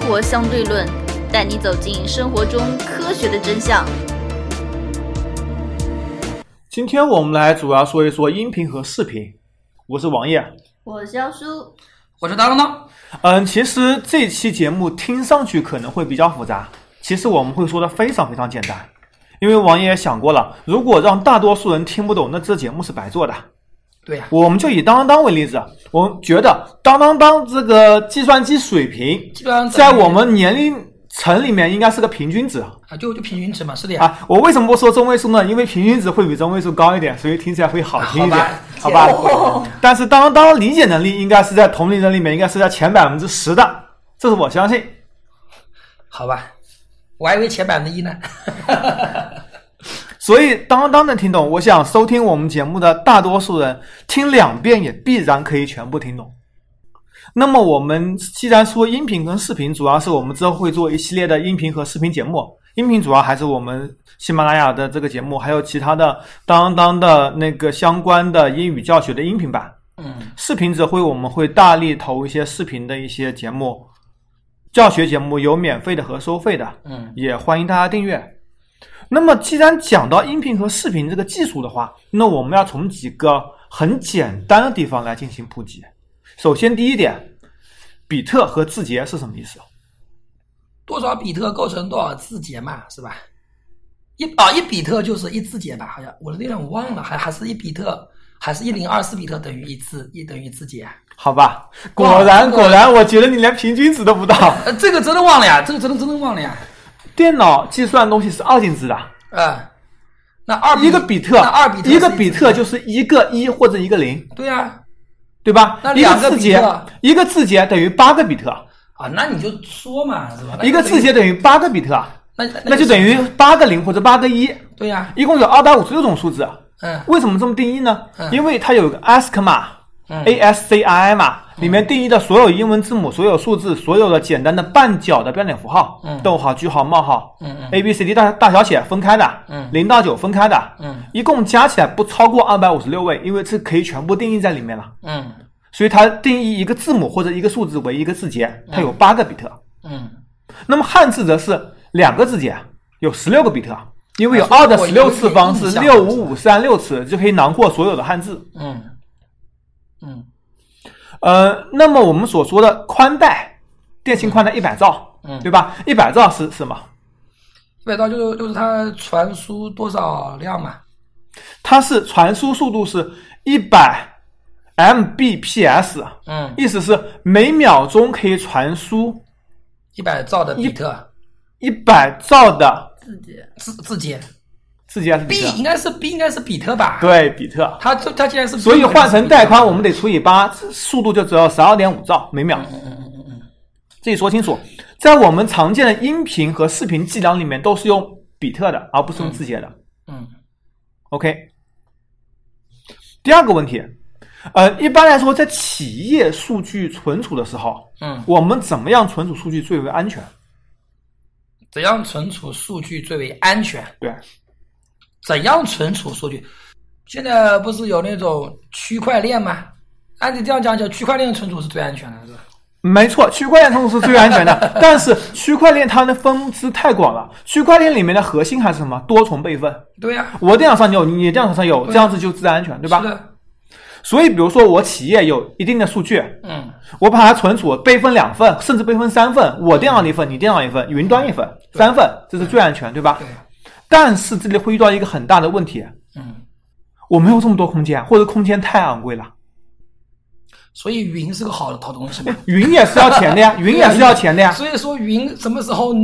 活相对论》，带你走进生活中科学的真相。今天我们来主要说一说音频和视频。我是王爷。我是妖叔，我是大当当，嗯，其实这期节目听上去可能会比较复杂，其实我们会说的非常非常简单，因为王爷也想过了，如果让大多数人听不懂，那这节目是白做的。对呀、我们就以当当当为例子，我们觉得当当当这个计算机水平，基本上在我们年龄层里面应该是个平均值啊，就就平均值嘛，是的呀。啊。我为什么不说中位数呢？因为平均值会比中位数高一点，所以听起来会好听一点，好 好吧吧？但是当当理解能力应该是在同龄人里面应该是在前百分之十的，这是我相信。好吧，我还以为前百分之一呢。所以当当能听懂，我想收听我们节目的大多数人听两遍也必然可以全部听懂。那么我们既然说音频跟视频，主要是我们之后会做一系列的音频和视频节目。音频主要还是我们喜马拉雅的这个节目，还有其他的当当的那个相关的英语教学的音频版。嗯，视频则会我们会大力投一些视频的一些节目，教学节目有免费的和收费的，嗯，也欢迎大家订阅。那么，既然讲到音频和视频这个技术的话，那我们要从几个很简单的地方来进行普及。首先，第一点，比特和字节是什么意思？多少比特构成多少字节嘛，是吧？一啊，一比特就是一字节吧？好像我有点忘了，还还是一比特，还是一零二四比特等于一字一等于字节啊？好吧，果哇然这个果然，我觉得你连平均值都不到。呃，这个真的忘了呀，这个真的真的忘了呀。电脑计算东西是二进制的，呃，那二一个比特那二比，特一个是比字特节就是一个一或者一个零。对呀、对吧？那一个两个字比节特，一个字节等于八个比特，啊，那你就说嘛，是吧？那一个字节等于八个比特，那那就等于八个零或者八个一，对呀、一共有二百五十六种数字。嗯为什么这么定义呢？嗯因为它有个 ASCII 码嗯，ASCII 码里面定义的所有英文字母、所有数字、所有的简单的半角的标点符号嗯，逗号、句号、冒号嗯嗯，A B C D 大大小写分开的嗯，零到九分开的，嗯一共加起来不超过二百五十六位，因为这可以全部定义在里面了。嗯所以它定义一个字母或者一个数字为一个字节，它有八个比特。嗯，那么汉字则是两个字节，有十六个比特，因为有啊二的我十有点六次方是印象六五五三六次，就可以囊括所有的汉字。嗯，嗯呃，那么我们所说的宽带，电信宽带一百兆，嗯对吧？一百兆是什么？一百兆就是就是它传输多少量嘛？它是传输速度是一百 Mbps，嗯，意思是每秒钟可以传输一百兆的比特一百兆的自己字字节字节还是比 b 特应？该是 b 应该是比特吧？，对，比特。它这它既然是 B，所以换成带宽，我们得得除以八，速度就只有十二点五兆每秒。自己说清楚，在我们常见的音频和视频计量里面，都是用比特的，而不是用字节的。嗯 OK。第二个问题，呃，一般来说，在企业数据存储的时候，嗯，我们怎么样存储数据最为安全？怎样存储数据最为安全？对，怎样存储数据？现在不是有那种区块链吗？按你这样讲，就区块链存储是最安全的，是吧？没错，区块链存储是最安全的，但是区块链它的分支太广了，区块链里面的核心还是什么？多重备份。对呀、我电脑上有，你你电脑上有，这样子就自然安全，对是吧？的，所以，比如说我企业有一定的数据，嗯，我把它存储备份两份，甚至备份三份，我电脑一份，你电脑一份，云端一份，三份，这是最安全，对吧对？，但是这里会遇到一个很大的问题，嗯，我没有这么多空间，或者空间太昂贵了。所以云是个好的好东西嘛。云也 是要钱 的呀，云也是要钱的呀。所以说云什么时候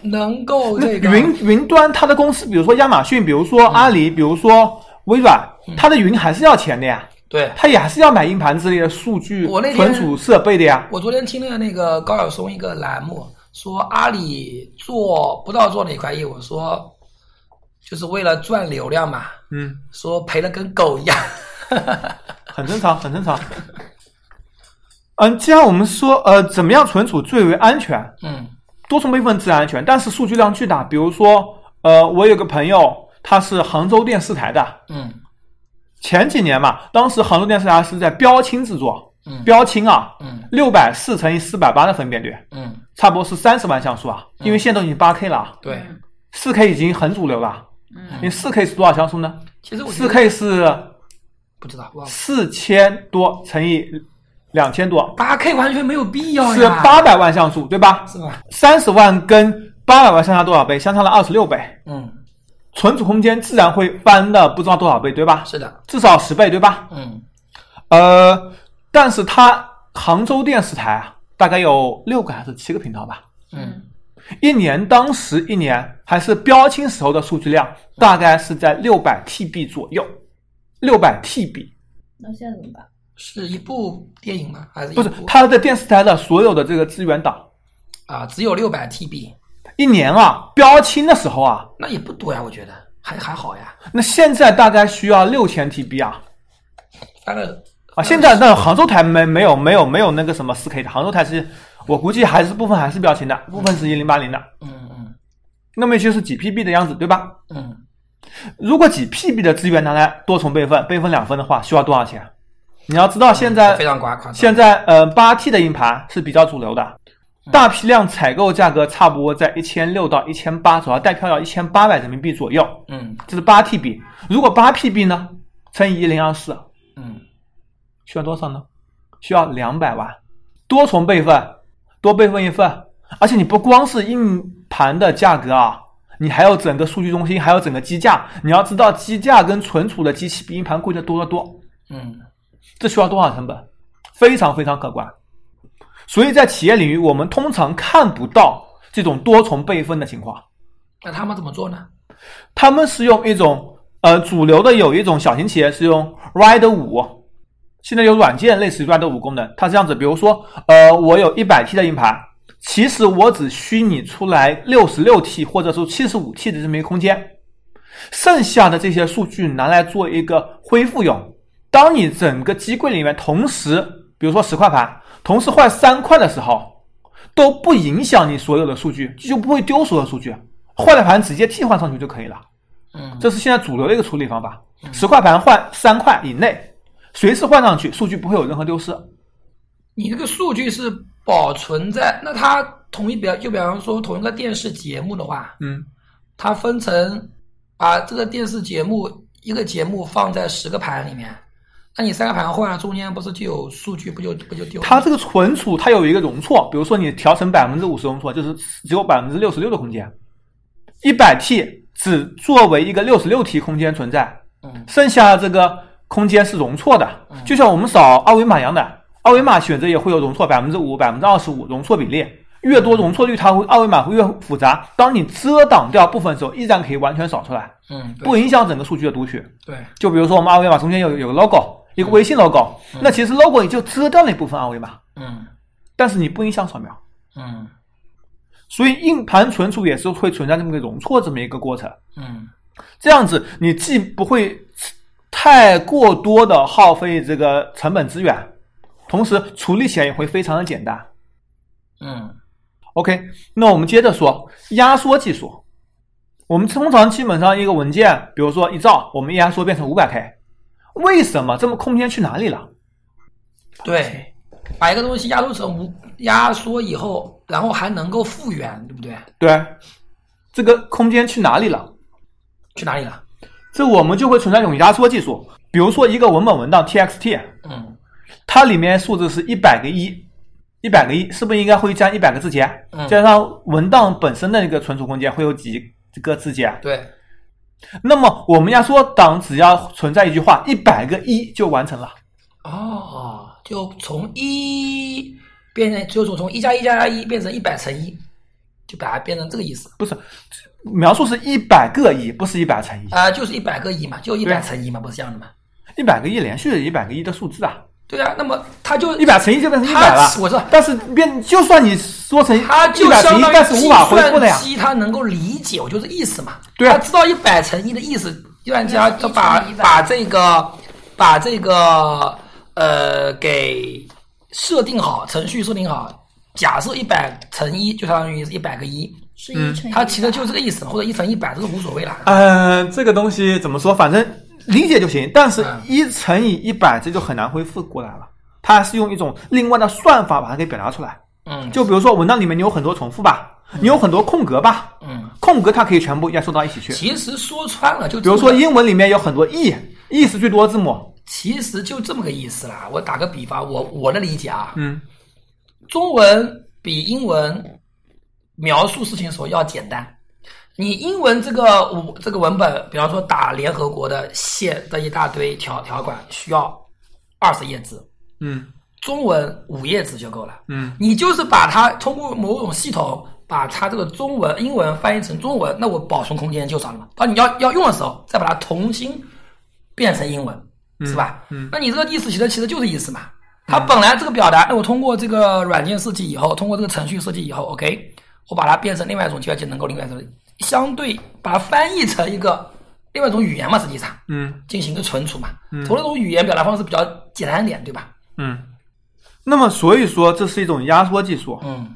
能够那这个云云端它的公司，比如说亚马逊，比如说嗯阿里，比如说微软，它的云还是要钱的呀，对，它也还是要买硬盘之类的数据我那天存储设备的呀。我昨天听了那个高晓松一个栏目，说阿里做不知道做哪块业务，说就是为了赚流量嘛，嗯，说赔的跟狗一样。 很正常，很 正常。嗯，既然我们说呃怎么样存储最为安全，嗯多重备份自然安全，但是数据量巨大。比如说，呃，我有个朋友他是杭州电视台的，嗯前几年嘛，当时杭州电视台是在标清制作，嗯标清啊，嗯六百四乘以四百八的分辨率，嗯，差不多是三十万像素啊，因为现在都已经八 K 了啊，对，四 K 已经很主流了。啊因为嗯四 K 是多少像素呢？其实我四 K 是不知道忘了，四千多乘以两千多，八 K 完全没有必要是呀，八百万像素，对吧？是吧？三十万跟八百万相差多少倍？相差了二十六倍，嗯，存储空间自然会翻的不知道多少倍，对吧？是的，至少十倍，对吧？嗯呃，但是它杭州电视台啊，大概有六个还是七个频道吧，嗯一年当时一年还是标清时候的数据量，大概是在六百 TB 左右，六百 TB 那现在怎么办？是一部电影吗？还是一不部是它的电视台的所有的这个资源档，啊？只有六百 TB，一年啊标清的时候啊，那也不多呀，我觉得还还好呀，那现在大概需要六千 TB 啊。翻了啊，现在那杭州台没没有没有没有那个什么四 K 的，杭州台是，我估计还是部分还是标清的，部分是一零八零的，嗯嗯那么也就是几 PB 的样子，对吧？嗯，如果几 PB 的资源拿来多重备份，备份两分的话，需要多少钱？你要知道现在、嗯非常夸夸张，现在呃八 T 的硬盘是比较主流的，大批量采购价格差不多在一千六到一千八，主要带票要一千八百人民币左右，嗯这是八 TB。如果八 PB 呢，乘以一零二四，嗯需要多少呢？需要两百万，多重备份，多备份一份。而且你不光是硬盘的价格啊，你还有整个数据中心，还有整个机架。你要知道，机架跟存储的机器比硬盘贵得多得多。嗯这需要多少成本？非常非常可观。所以在企业领域，我们通常看不到这种多重备份的情况。那他们怎么做呢？他们是用一种呃主流的有一种小型企业是用 RID 五，现在有软件类似于 RID 五功能，它是这样子，比如说呃我有一百 T 的硬盘，其实我只需你出来六十六 T 或者说七十五 T 的这么一个空间，剩下的这些数据拿来做一个恢复用。当你整个机柜里面同时，比如说十块盘，同时换三块的时候，都不影响你所有的数据，就不会丢所有数据。坏的盘直接替换上去就可以了，嗯这是现在主流的一个处理方法。十块盘换三块以内，随时换上去，数据不会有任何丢失。你这个数据是保存在那它同一比就比方说同一个电视节目的话，嗯，它分成把这个电视节目一个节目放在十个盘里面，那你三个盘换了，中间不是就有数据不就不就丢了？它这个存储它有一个容错，比如说你调成百分之五十容错，就是只有百分之六十六的空间，一百 T 只作为一个六十六 T 空间存在，嗯剩下这个空间是容错的，就像我们扫二维码一样的，二维码选择也会有容错百分之五、百分之二十五容错比例，越多容错率，它会二维码会越复杂。当你遮挡掉部分的时候，依然可以完全扫出来，嗯，对不影响整个数据的读取。对，就比如说我们二维码中间有有个 logo，一个微信 logo，那其实 logo 也就遮掉了一部分二维码，嗯但是你不影响扫描。嗯所以硬盘存储也是会存在这么个容错这么一个过程。嗯这样子你既不会太过多的耗费这个成本资源，同时处理起来也会非常的简单。嗯 OK，那我们接着说压缩技术。我们通常基本上一个文件，比如说一兆，我们一压缩变成五百 K，为什么这么空间去哪里了？对，把一个东西压缩成无压缩以后，然后还能够复原，对不对？对，啊这个空间去哪里了？去哪里了？这我们就会存在一种压缩技术，比如说一个文本文档 TXT，嗯它里面数字是一百个一，一百个一，是不是应该会加一百个字节？啊嗯加上文档本身的一个存储空间会有几个字节？啊对，那么我们压缩档只要存在一句话，一百个一就完成了。哦，就从一变成就从从一加一加一变成一百乘一，就把它变成这个意思不是，描述是一百个一，不是一百乘一，啊、就是一百个一嘛，就一对百乘一嘛，不是这样的嘛？一百个一连续的一百个一的数字啊，对啊，那么它就一百乘一就变成一百了它。我知道但是变就算你说成它一就百乘相一，当但是于无计法恢复的呀算。机，它能够理解，我就是意思嘛。对啊它知道一百乘一的意思，计算机它它把啊一乘以一百把这个把这个呃给设定好，程序设定好，假设一百乘一就相当于一百个一，是一乘以它嗯其实就这个意思，或者一乘一百，这个无所谓啦。嗯、这个东西怎么说？反正理解就行。但是嗯，一乘以一百，这就很难恢复过来了。它是用一种另外的算法把它给表达出来。嗯就比如说文章里面你有很多重复吧，你有很多空格吧，嗯，空格它可以全部压缩到一起去。其实说穿了就比这如么说英文里面有很多 e，e 是最多字母，其实就这么个意思啦。我打个比方，我我的理解啊，嗯，中文比英文描述事情的时候要简单。你英文这个我这个文本，比方说打联合国的线这一大堆条条款，需要二十页纸，嗯中文五页纸就够了。嗯你就是把它通过某种系统把它这个中文、英文翻译成中文，那我保存空间就少了嘛。当你要要用的时候，再把它重新变成英文，是吧？嗯那你这个意思其实其实就是意思嘛。它本来这个表达，那我通过这个软件设计以后，通过这个程序设计以后，OK，我把它变成另外一种计算机能够另外一种相对把它翻译成一个另外一种语言嘛，实际上嗯进行一个存储嘛。从那种语言表达方式比较简单一点，对吧？嗯。那么所以说这是一种压缩技术，嗯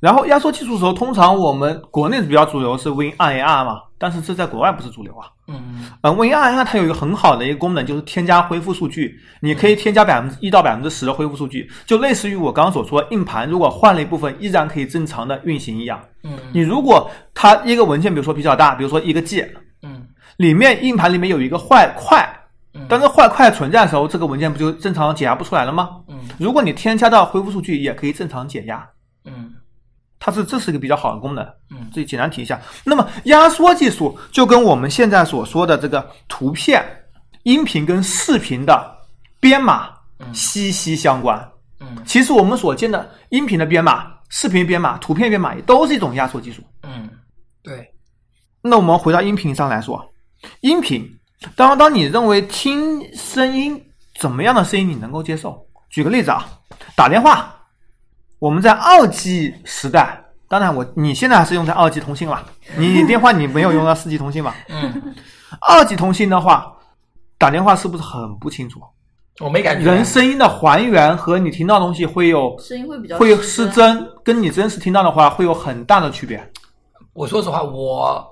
然后压缩技术的时候，通常我们国内比较主流是 WinRAR 嘛，但是这在国外不是主流啊。嗯。呃，WinRAR 它有一个很好的一个功能，就是添加恢复数据，你可以添加百分之一到百分之十的恢复数据，就类似于我刚刚所说，硬盘如果换了一部分，依然可以正常的运行一样。嗯你如果它一个文件，比如说比较大，比如说一个 G，嗯里面硬盘里面有一个坏块嗯，当这坏块存在的时候，这个文件不就正常解压不出来了吗？嗯如果你添加到恢复数据，也可以正常解压。嗯它是这是一个比较好的功能，嗯这简单提一下。那么压缩技术就跟我们现在所说的这个图片、音频跟视频的编码嗯息息相关。嗯其实我们所见的音频的编码、视频编码、图片编码也都是一种压缩技术。嗯，对，那我们回到音频上来说，音频，当当你认为听声音怎么样的声音你能够接受？举个例子啊，打电话，我们在二 G 时代，当然我你现在还是用在二 G 通信吧，你电话你没有用到四 G 通信吧？嗯，二 G 通信的话，打电话是不是很不清楚？我没感觉。啊人声音的还原和你听到的东西会有声音会比较啊会失失真，跟你真实听到的话会有很大的区别，我说实话，我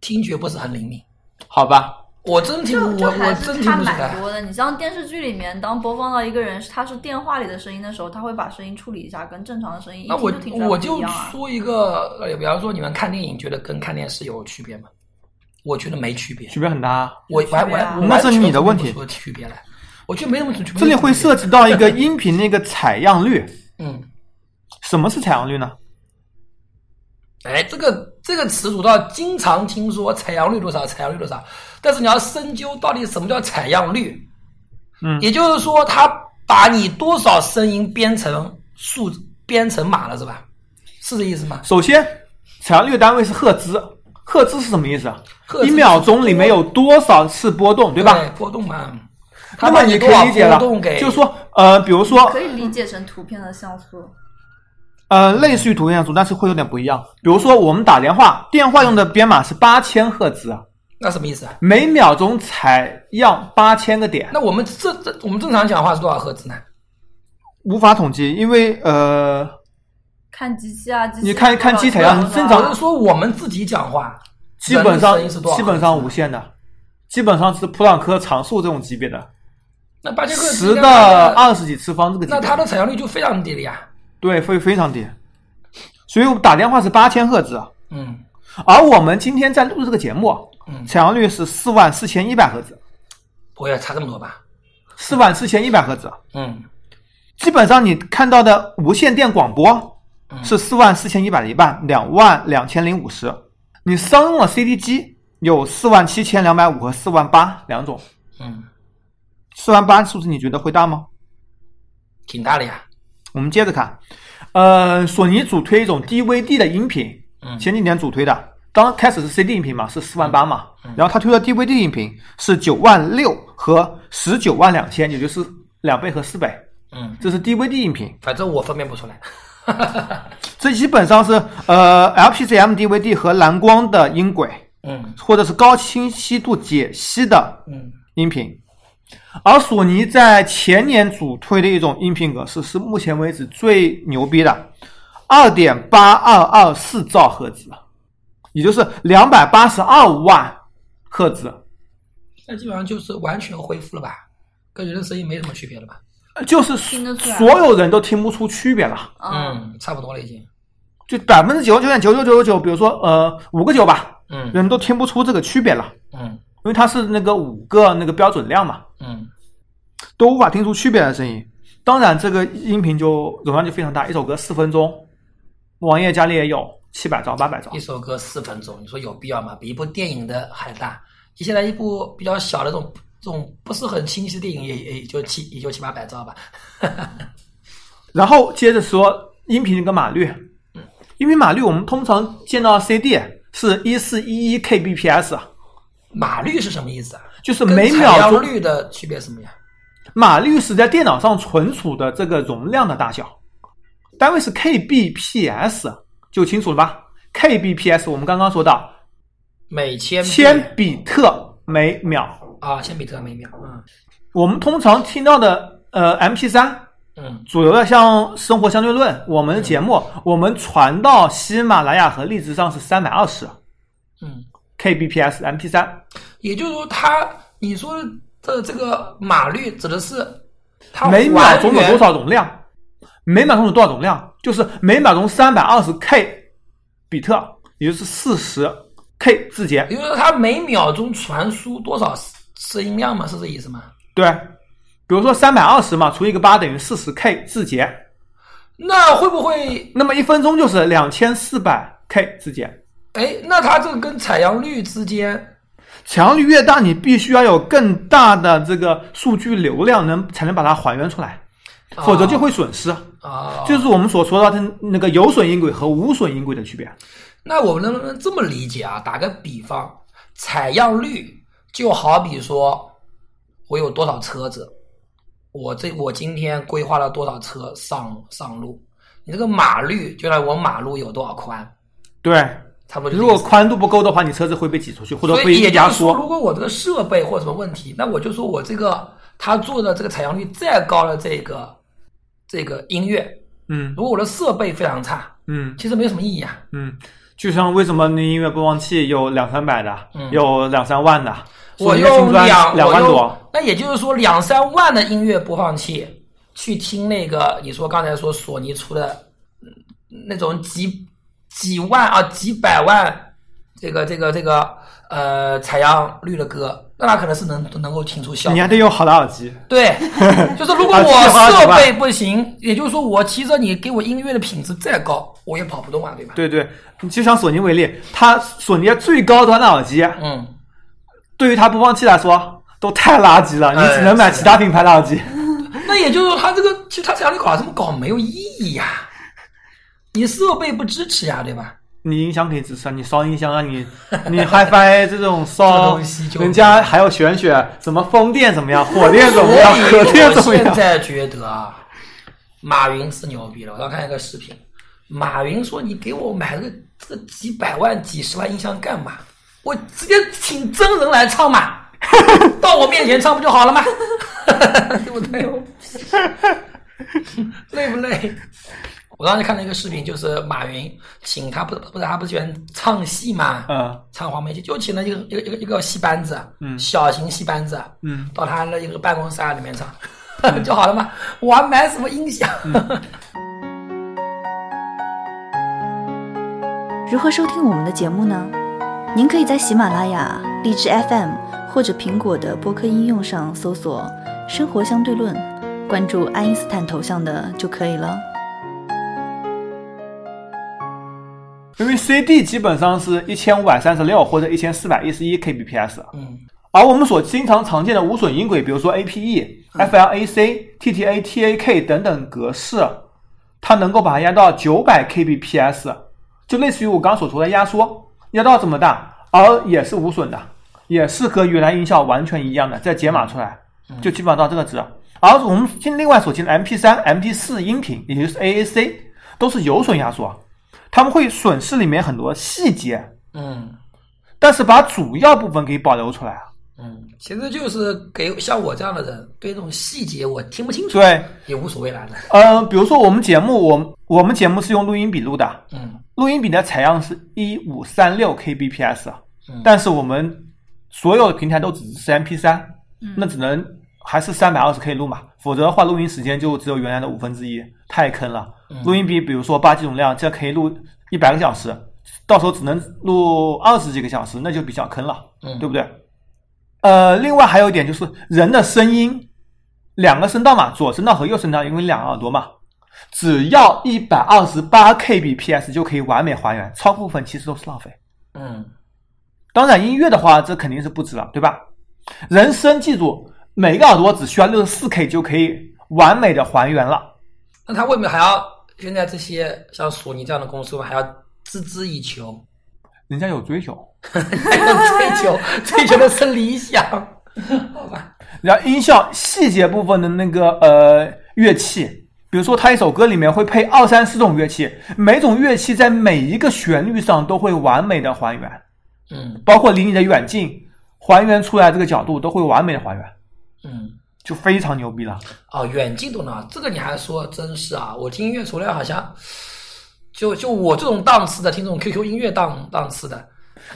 听觉不是很灵敏，好吧？我真听就不，就我还我是真听差不出蛮来。多的。你像电视剧里面，当播放到一个人他是电话里的声音的时候，他会把声音处理一下，跟正常的声音一那听我听出来我不一就样啊。说一个，呃，比方说你们看电影，觉得跟看电视有区别吗？我觉得没区别。区别很大啊。我我还有我区别啊还我那是完全你的问题听不出区别来，我觉得没什么区别。这里会涉及到一个音频那个采样率。嗯，什么是采样率呢？哎，这个这个词组倒经常听说采样率多少，采样率多少。但是你要深究到底什么叫采样率，嗯也就是说，它把你多少声音编成数编成码了，是吧？是这意思吗？首先，采样率的单位是赫兹，赫兹是什么意思啊赫？兹一是秒钟里面有多少次波动，对吧？波动嘛，它那么把你可多少以理解了波动，给，就是说，呃，比如说，可以理解成图片的像素，呃，类似于图像组，但是会有点不一样。比如说，我们打电话，电话用的编码是八千赫兹，那什么意思啊？每秒钟采样八千个点，那我们这这我们正常讲话是多少赫兹呢？无法统计，因为呃，看机器啊，机器你看看机采样多少正多少常我是说我们自己讲话，基本上人的声音是多少啊基本上无限的，基本上是普朗克常数这种级别的，那八千赫兹十应该的二十几次方这个级那它别，的采样率就非常低了呀。对，会非常低。所以我们打电话是八千赫兹，啊嗯而我们今天在录这个节目，嗯，采样率是四万四千一百赫兹，不会差这么多吧？四万四千一百赫兹。啊嗯。基本上你看到的无线电广播嗯是四万四千一百的一半，两万两千零五十。你商用的 CD 机有四万七千两百五和四万八两种，嗯，四万八数字你觉得会大吗？挺大的呀。我们接着看，呃，索尼主推一种 DVD 的音频，嗯前几年主推的，当开始是 CD 音频嘛，是四万八嘛，然后他推的 DVD 音频是九万六和十九万两千，也就是两倍和四倍，嗯，这是 DVD 音频，反正我分辨不出来。这基本上是呃 LPCM DVD 和蓝光的音轨，嗯或者是高清晰度解析的嗯音频。而索尼在前年主推的一种音频格式是目前为止最牛逼的，二点八二二四兆赫兹，也就是两百八十二万赫兹。那基本上就是完全恢复了吧，跟人的声音没什么区别了吧？就是听得出来所有人都听不出区别了。啊，嗯，差不多了已经。就百分之九十九点九九九九九，比如说呃五个九吧，嗯人都听不出这个区别了，嗯因为它是那个五个那个标准量嘛，嗯都无法听出区别的声音。当然，这个音频就容量就非常大，一首歌四分钟，网页家里也有七百兆、八百兆一。首歌四分钟，你说有必要吗？比一部电影的还大。你现在一部比较小的这种这种不是很清晰的电影也，也也就七也就七八百兆吧。然后接着说音频跟码率，音频码率我们通常见到 CD 是一四一一 kbps，啊码率是什么意思啊？就是跟每采秒样钟率的区别是什么呀？码率是在电脑上存储的这个容量的大小，单位是 kbps，就清楚了吧？kbps 我们刚刚说到每千比千比特每秒，啊，千比特每秒。嗯我们通常听到的呃 MP3 嗯主流的像《生活相对论》，我们的节目我们传到喜马拉雅和荔枝上是三百二十嗯， kbps MP3，也就是说它，你说的这个码率指的是它每秒还钟有原多少容量？每秒钟有多少容量？就是每秒钟三百二十 K 比特，也就是四十 K 字节。也就是说它每秒钟传输多少声音量嘛？是这意思吗？对，比如说三百二十嘛，除以一个八等于四十 K 字节，那会不会？那么一分钟就是两千四百 K 字节。哎，那它这个跟采样率之间，采样率越大，你必须要有更大的这个数据流量能，才能把它还原出来，哦否则就会损失。啊，就是我们所说到的那个有损音轨和无损音轨的区别。那我们能不能这么理解啊？打个比方，采样率就好比说，我有多少车子，我这我今天规划了多少车上上路，你这个码率就让我马路有多少宽，对，差不多就如是这个意果思。宽度不够的话，你车子会被挤出去，或者所会以也就压是说，缩。如果我这个设备或什么问题，那我就说我这个他做的这个采样率再高的这个这个音乐，嗯如果我的设备非常差，嗯其实没有什么意义啊。嗯，就像为什么那音乐播放器有两三百的，嗯有两三万的，索我尼的用新专两两我万用多，那也就是说两三万的音乐播放器去听那个你说刚才说索尼出的嗯那种几几万啊几百万这个这个这个呃采样率的歌，那他可能是能能够听出效你果还。得用好的耳机。 对，就是如果啊这我句话怎设么办备不行，也就是说我骑着你给我音乐的品质再高，我也跑不动啊，对吧？对对，你就像索尼为例，它索尼的最高端的耳机，嗯。对于它播放器来说都太垃圾哎了，你只能买其他品牌的耳机。 那也就是说，他这个其实他采样率搞得这么高没有意义呀、你设备不支持呀、对吧？ 你音箱可以支持啊，你烧音箱啊，你 你 HiFi 这种这烧东西，就人家还要选选什么风电怎么样，火电所怎么以样，核电 我怎么现样。 在觉得啊，马云是牛逼了。我刚看一个视频，马云说：“你给我买个这个几百万、几十万音箱干嘛？我直接请真人来唱嘛， 到我面前唱不就好了吗？ 对不对？ 累不累？”我刚才看了一个视频，就是马云请他不不是他不是喜欢唱戏嘛，嗯唱黄梅戏就请了一个一个一个一个戏班子，嗯小型戏班子，嗯，到他的一个办公室啊里面唱， 就好了嘛。我还买什么音响？如何收听我们的节目呢？您可以在喜马拉雅、荔枝 FM 或者苹果的播客应用上搜索“生活相对论”，关注爱因斯坦头像的就可以了。因为 CD 基本上是一千五百三十六或者一千四百一十一 kbps，嗯而我们所经常常见的无损音轨，比如说 E APE、FLAC、TTA、TAK 等等格式，它能够把它压到九百 kbps，就类似于我刚刚所说的压缩，压到这么大，而也是无损的，也是和原来音效完全一样的，再解码出来就基本上到这个值。而我们今另外所见的 MP3、MP4 音频，也就是 AAC，都是有损压缩，它们会损失里面很多细节，嗯但是把主要部分给保留出来啊。嗯，其实就是给像我这样的人，对这种细节我听不清楚，对，也无所谓啦的。呃，比如说我们节目，我们我们节目是用录音笔录的，嗯录音笔的采样是一五三六 kbps，嗯嗯但是我们所有的平台都只支持 MP3，那只能还是三百二十 K 录嘛，否则的话录音时间就只有原来的五分之一，太坑了。嗯录音笔比如说八 G 容量，这可以录一百个小时，到时候只能录二十几个小时，那就比较坑了，嗯对不对？呃，另外还有一点就是人的声音，两个声道嘛，左声道和右声道，因为两个耳朵嘛，只要一百二十八 kbps 就可以完美还原，超部分其实都是浪费。嗯当然，音乐的话，这肯定是不止了，对吧？人声记住，每个耳朵只需要六十四 K 就可以完美的还原了。那他为什么还要现在这些像索尼这样的公司还要孜孜以求， 人家有追求，追 求追求的是理想？好吧，然后音效细节部分的那个呃乐器，比如说他一首歌里面会配二三四种乐器，每种乐器在每一个旋律上都会完美的还原，嗯包括离你的远近，还原出来这个角度都会完美的还原，嗯。就非常牛逼了。哦，远近都能，这个你还说真是啊！我听音乐除了好像，就就我这种档次的听这种 QQ 音乐档档次的，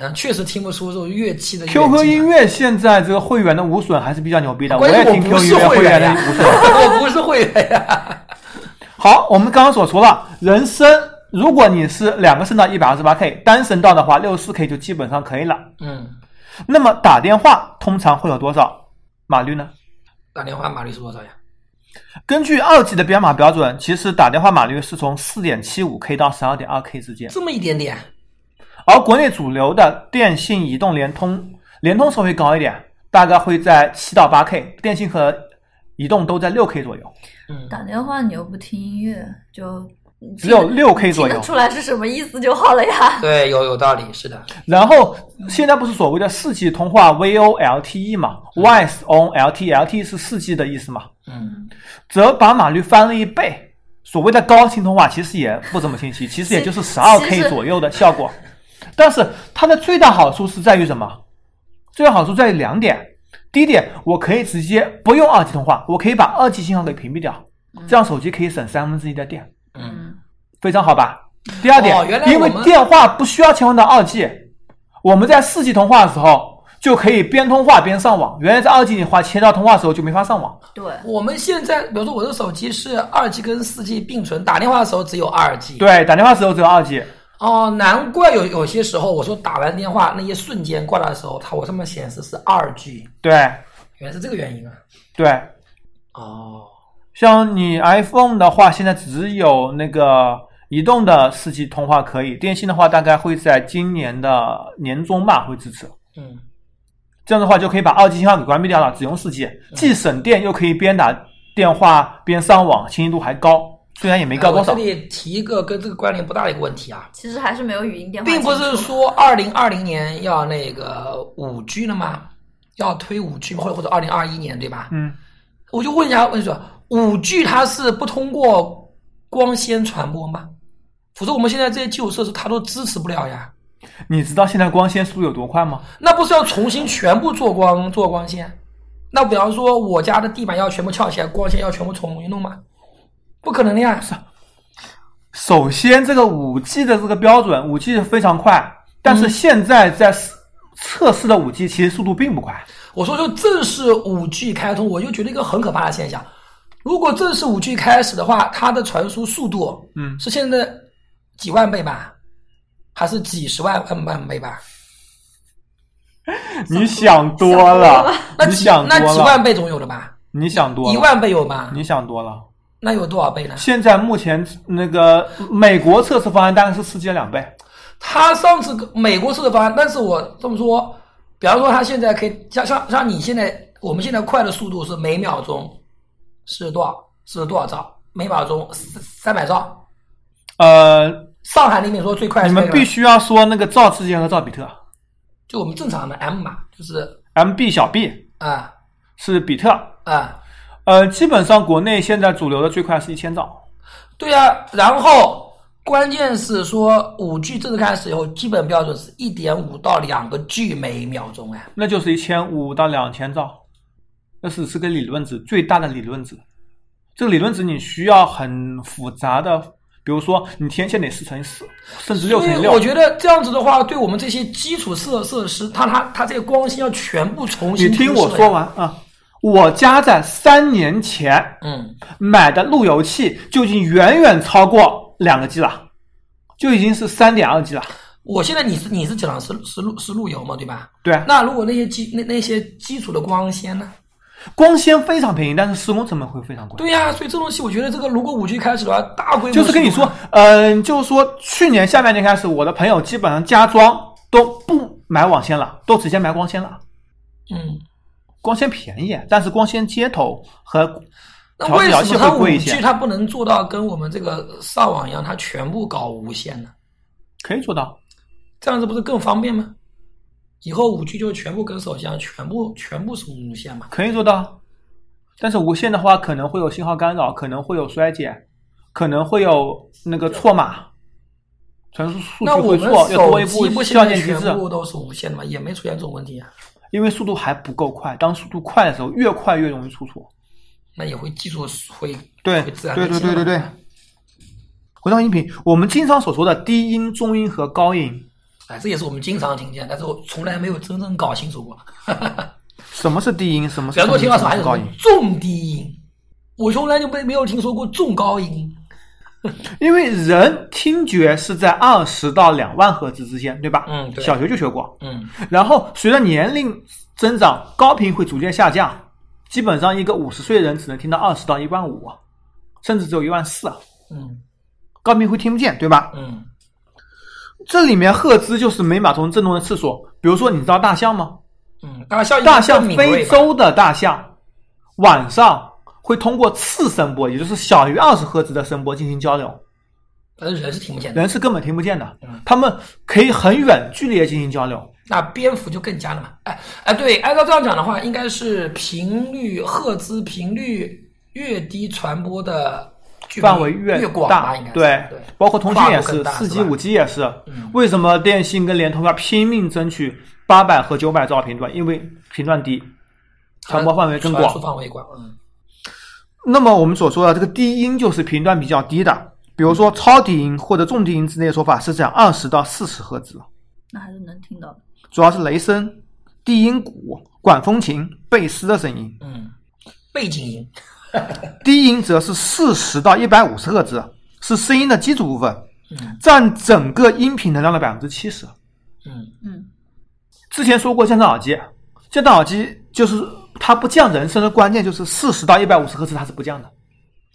嗯，确实听不出这种乐器的远近啊。 QQ 音乐现在这个会员的无损还是比较牛逼的，关键也我听不 QQ 是音乐会会员员的呀，无损。我不是会员呀。好，我们刚刚所说了，人声，如果你是两个声道一百二十八 K，单声道的话六十四 K 就基本上可以了。嗯，那么打电话通常会有多少码率呢？打电话码率是多少呀？根据二级的编码标准，其实打电话码率是从四点七五 K 到十二点二 K 之间，这么一点点，而国内主流的电信、移动、联通，联通稍微高一点，大概会在七到八 K，电信和移动都在六 K 左右。嗯，打电话你又不听音乐，就只有6K 左右听得出来是什么意思就好了呀。 对，有有道理，是的，然后现在不是所谓的四 G 通话 VoLTE E 嘛，Voice on LTE，LTE E 是四 G 的意思嘛，嗯，则把码率翻了一倍。所谓的高清通话其实也不怎么清晰， 其实也就是十二其 K 实左右的效果。但是它的最大好处是在于什么？最大好处在于两点。第一点，我可以直接不用二 G 通话，我可以把二 G 信号给屏蔽掉，嗯这样手机可以省三分之一的电，嗯，非常好吧？第二点，哦原来因我为们电话不需要切换到二 G，我们在四 G 通话的时候就可以边通话边上网。原来在二 G 里话切到通话的时候就没法上网。对，我们现在比如说我的手机是二 G 跟四 G 并存，打电话的时候只有二 G，对，打电话的时候只有二 G。哦，难怪有有些时候我说打完电话那一瞬间挂掉的时候，它我上面显示是二 G，对原来是这个原因啊。对，哦，像你 iPhone 的话，现在只有那个移动的四 G 通话可以，电信的话大概会在今年的年中吧会支持。嗯，这样的话就可以把二 G 信号给关闭掉了，只用四 G，既嗯省电又可以边打电话边上网，清晰度还高。虽然也没高哎我多少，这里提一个跟这个关联不大的一个问题啊，其实还是没有语音电话并清楚，不是说二零二零年要那个五 G 了吗？要推五 G 或者或者二零二一年对吧？嗯，我就问一下，问你说，五 G 它是不通过光纤传播吗？否则我们现在这些基础设施它都支持不了呀。你知道现在光纤速度有多快吗？那不是要重新全部做光做光纤？那比方说我家的地板要全部翘起来，光纤要全部重新弄吗？不可能的呀！首先，这个五 G 的这个标准，五 G 是非常快，但嗯是现在在试测试的五 G 其实速度并不快。我说，就正式五 G 开通，我就觉得一个很可怕的现象。如果正式五 G 开始的话，它的传输速度，嗯是现在的几万倍吧，还是几十万万万倍吧？你想多了，那你几想那多几了，万倍总有的吧？你想多一了，万倍有吗？你想多了。那有多少倍呢？现在目前那个美国测试方案大概是四 G 的两倍，他上次跟美国出的方案，但是我这么说，比方说他现在可以像像像你现在，我们现在快的速度是每秒钟是多少是多少兆？每秒钟三三百兆。呃，上海那边说最快你是们那个必须要说那个兆之间和兆比特就我们正常的 M 嘛，就是，MB 小 b 啊是比特，啊，呃，基本上国内现在主流的最快是一千兆，对啊。然后关键是说五 G 正式开始以后，基本标准是一点五到两个 G 每秒钟哎。那就是一千五到两千兆，那只是个理论值，最大的理论值。这个理论值你需要很复杂的，比如说你天线得四乘以四，甚至六所乘以以六我。觉得这样子的话，对我们这些基础设设施，它它它这个光纤要全部重你新听我铺设呀说完啊，我家在三年前嗯，买的路由器就已经远远超过两个 G 了，就已经是三点二 G 了。我现在你是你是讲的是是路是路由嘛，对吧？对啊，那如果那些基那那些基础的光纤呢？光纤非常便宜，但是施工成本会非常贵。对呀、所以这东西我觉得这个如果五 G 开始的话，大规模就是跟你说，嗯、就是说去年下半年开始，我的朋友基本上家装都不买网线了，都直接买光纤了。嗯，光纤便宜，但是光纤接头和那为调什节么器它会五贵一 G 些，它不能做到跟我们这个上网一样，它全部搞无线呢？可以做到。这样子不是更方便吗？以后五 G 就全部跟手机一样，全部全部是无线嘛。可以做到，但是无线的话可能会有信号干扰，可能会有衰减，可能会有那个错码，传输数那据我会们错，要多一手机步不现校在验机全制，部都是无线的嘛，也没出现这种问题啊。因为速度还不够快。当速度快的时候，越快越容易出错。那也会技术会对会自然对地对进对来对对。回到音频，我们经常所说的低音、中音和高音，哎，这也是我们经常听见，但是我从来没有真正搞清楚过。什么是低音？什么比是中方说，音？听到什么什么还有是什高么音？重低音，我从来就没没有听说过重高音。因为人听觉是在二十到两万赫兹之间，对吧？嗯对小学就学过。嗯，然后随着年龄增长，高频会逐渐下降，基本上一个五十岁人只能听到二十到一万五，啊甚至只有一万四，啊嗯高频会听不见，对吧？嗯，这里面赫兹就是每秒钟振动的次数。比如说，你知道大象吗？嗯，大象大象，非洲的大象晚上会通过次声波，也就是小于二十赫兹的声波进行交流，但是人是听不见的。人是根本听不见的嗯，他们可以很远距离的进行交流。那蝙蝠就更加了嘛。哎哎，对，按照这样讲的话，应该是频率赫兹频率越低，传播的距离范围越广大吧，应该，是对对，包括通信也是，跨度四更大 G、是吧五 G 也是嗯。为什么电信跟联通要拼命争取八百和九百兆频段？因为频段低，传播范围更传输广。范围广。嗯那么我们所说的这个低音就是频段比较低的，比如说超低音或者重低音之类的说法是讲二十到四十赫兹，那还是能听到的。主要是雷声、低音鼓、管风琴、贝斯的声音。嗯，背景音。低音则是四十到一百五十赫兹，是声音的基础部分嗯，占整个音频能量的百分之七十。嗯嗯，之前说过降噪耳机，降噪耳机就是它不降人声的关键就是四十到一百五十赫兹它是不降的，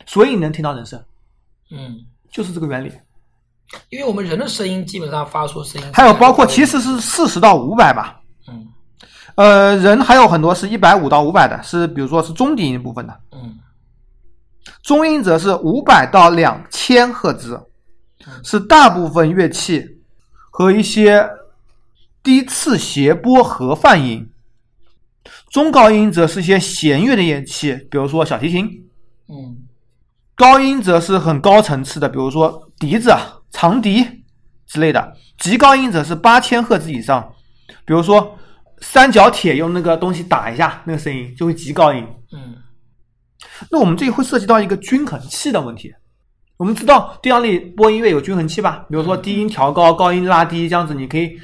所以能听到人声，嗯，就是这个原理。因为我们人的声音基本上发出声音，还有包括其实是四十到五百吧，嗯呃，人还有很多是一百五到五百的，是比如说是中低音部分的，嗯中音则是五百到两千赫兹，是大部分乐器和一些低次谐波和泛音。中高音则是一些弦乐的乐器，比如说小提琴；嗯高音则是很高层次的，比如说笛子、啊、长笛之类的。极高音则是八千赫兹以上，比如说三角铁用那个东西打一下，那个声音就会极高音。嗯那我们这里会涉及到一个均衡器的问题。我们知道电样里播音乐有均衡器吧？比如说低音调高，高音拉低，这样子你可以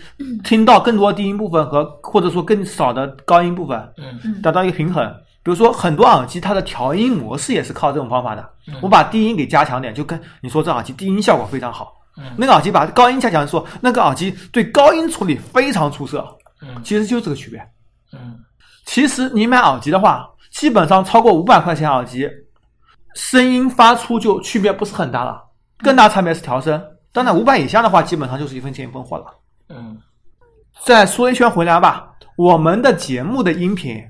听到更多低音部分和或者说更少的高音部分，嗯达到一个平衡。比如说很多耳机它的调音模式也是靠这种方法的嗯。我把低音给加强点，就跟你说这耳机低音效果非常好嗯，那个耳机把高音加强说那个耳机对高音处理非常出色，嗯其实就是这个区别。嗯其实你买耳机的话，基本上超过五百块钱耳机，声音发出就区别不是很大了，更大差别是调声。当然，五百以下的话，基本上就是一分钱一分货了。嗯再说一圈回来吧，我们的节目的音频，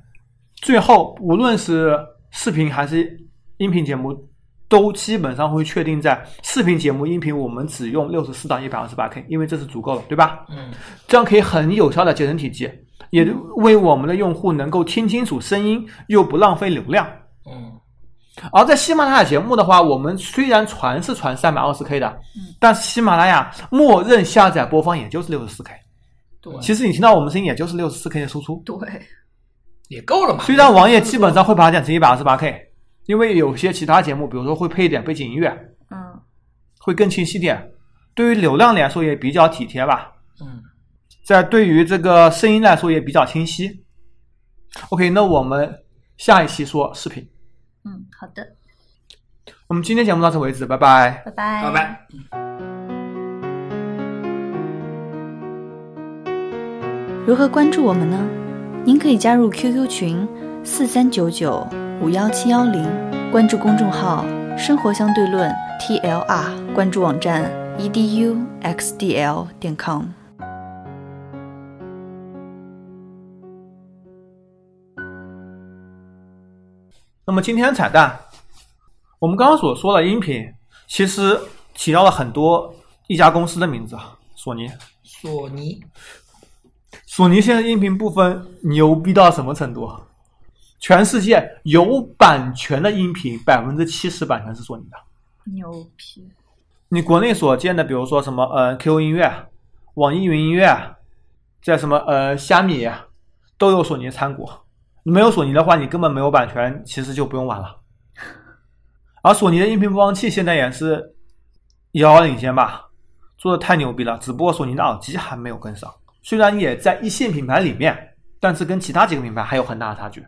最后无论是视频还是音频节目，都基本上会确定在视频节目、音频，我们只用六十四到一百二十八 K，因为这是足够了，对吧？嗯这样可以很有效的节省体积，也为我们的用户能够听清楚声音，又不浪费流量。嗯而在喜马拉雅节目的话，我们虽然传是传三百二十 K 的，但是喜马拉雅默认下载播放也就是六十四 K。对其实你听到我们声音也就是六十四 K 的输出，对，也够了嘛。虽然网页基本上会把它讲成一百二十八 K，因为有些其他节目，比如说会配一点背景音乐，嗯，会更清晰点。对于流量来说也比较体贴吧。嗯在对于这个声音来说也比较清晰。OK，那我们下一期说视频。嗯，好的，我们今天节目到此为止，拜拜。拜拜，拜拜。如何关注我们呢？您可以加入 QQ 群四三九九五幺七幺零，关注公众号“生活相对论 ”TLR，关注网站 E eduxdl 点 com。那么今天的彩蛋，我们刚刚所说的音频，其实提到了很多一家公司的名字啊，索尼。索尼索尼现在音频部分牛逼到什么程度啊？全世界有版权的音频，百分之七十版权是索尼的。牛批，你国内所见的，比如说什么呃 QQ 音乐、网易云音乐，在什么呃虾米，都有索尼参股。没有索尼的话，你根本没有版权，其实就不用玩了。而索尼的音频播放器现在也是遥遥领先吧，做的太牛逼了。只不过索尼的耳机还没有跟上，虽然也在一线品牌里面，但是跟其他几个品牌还有很大的差距。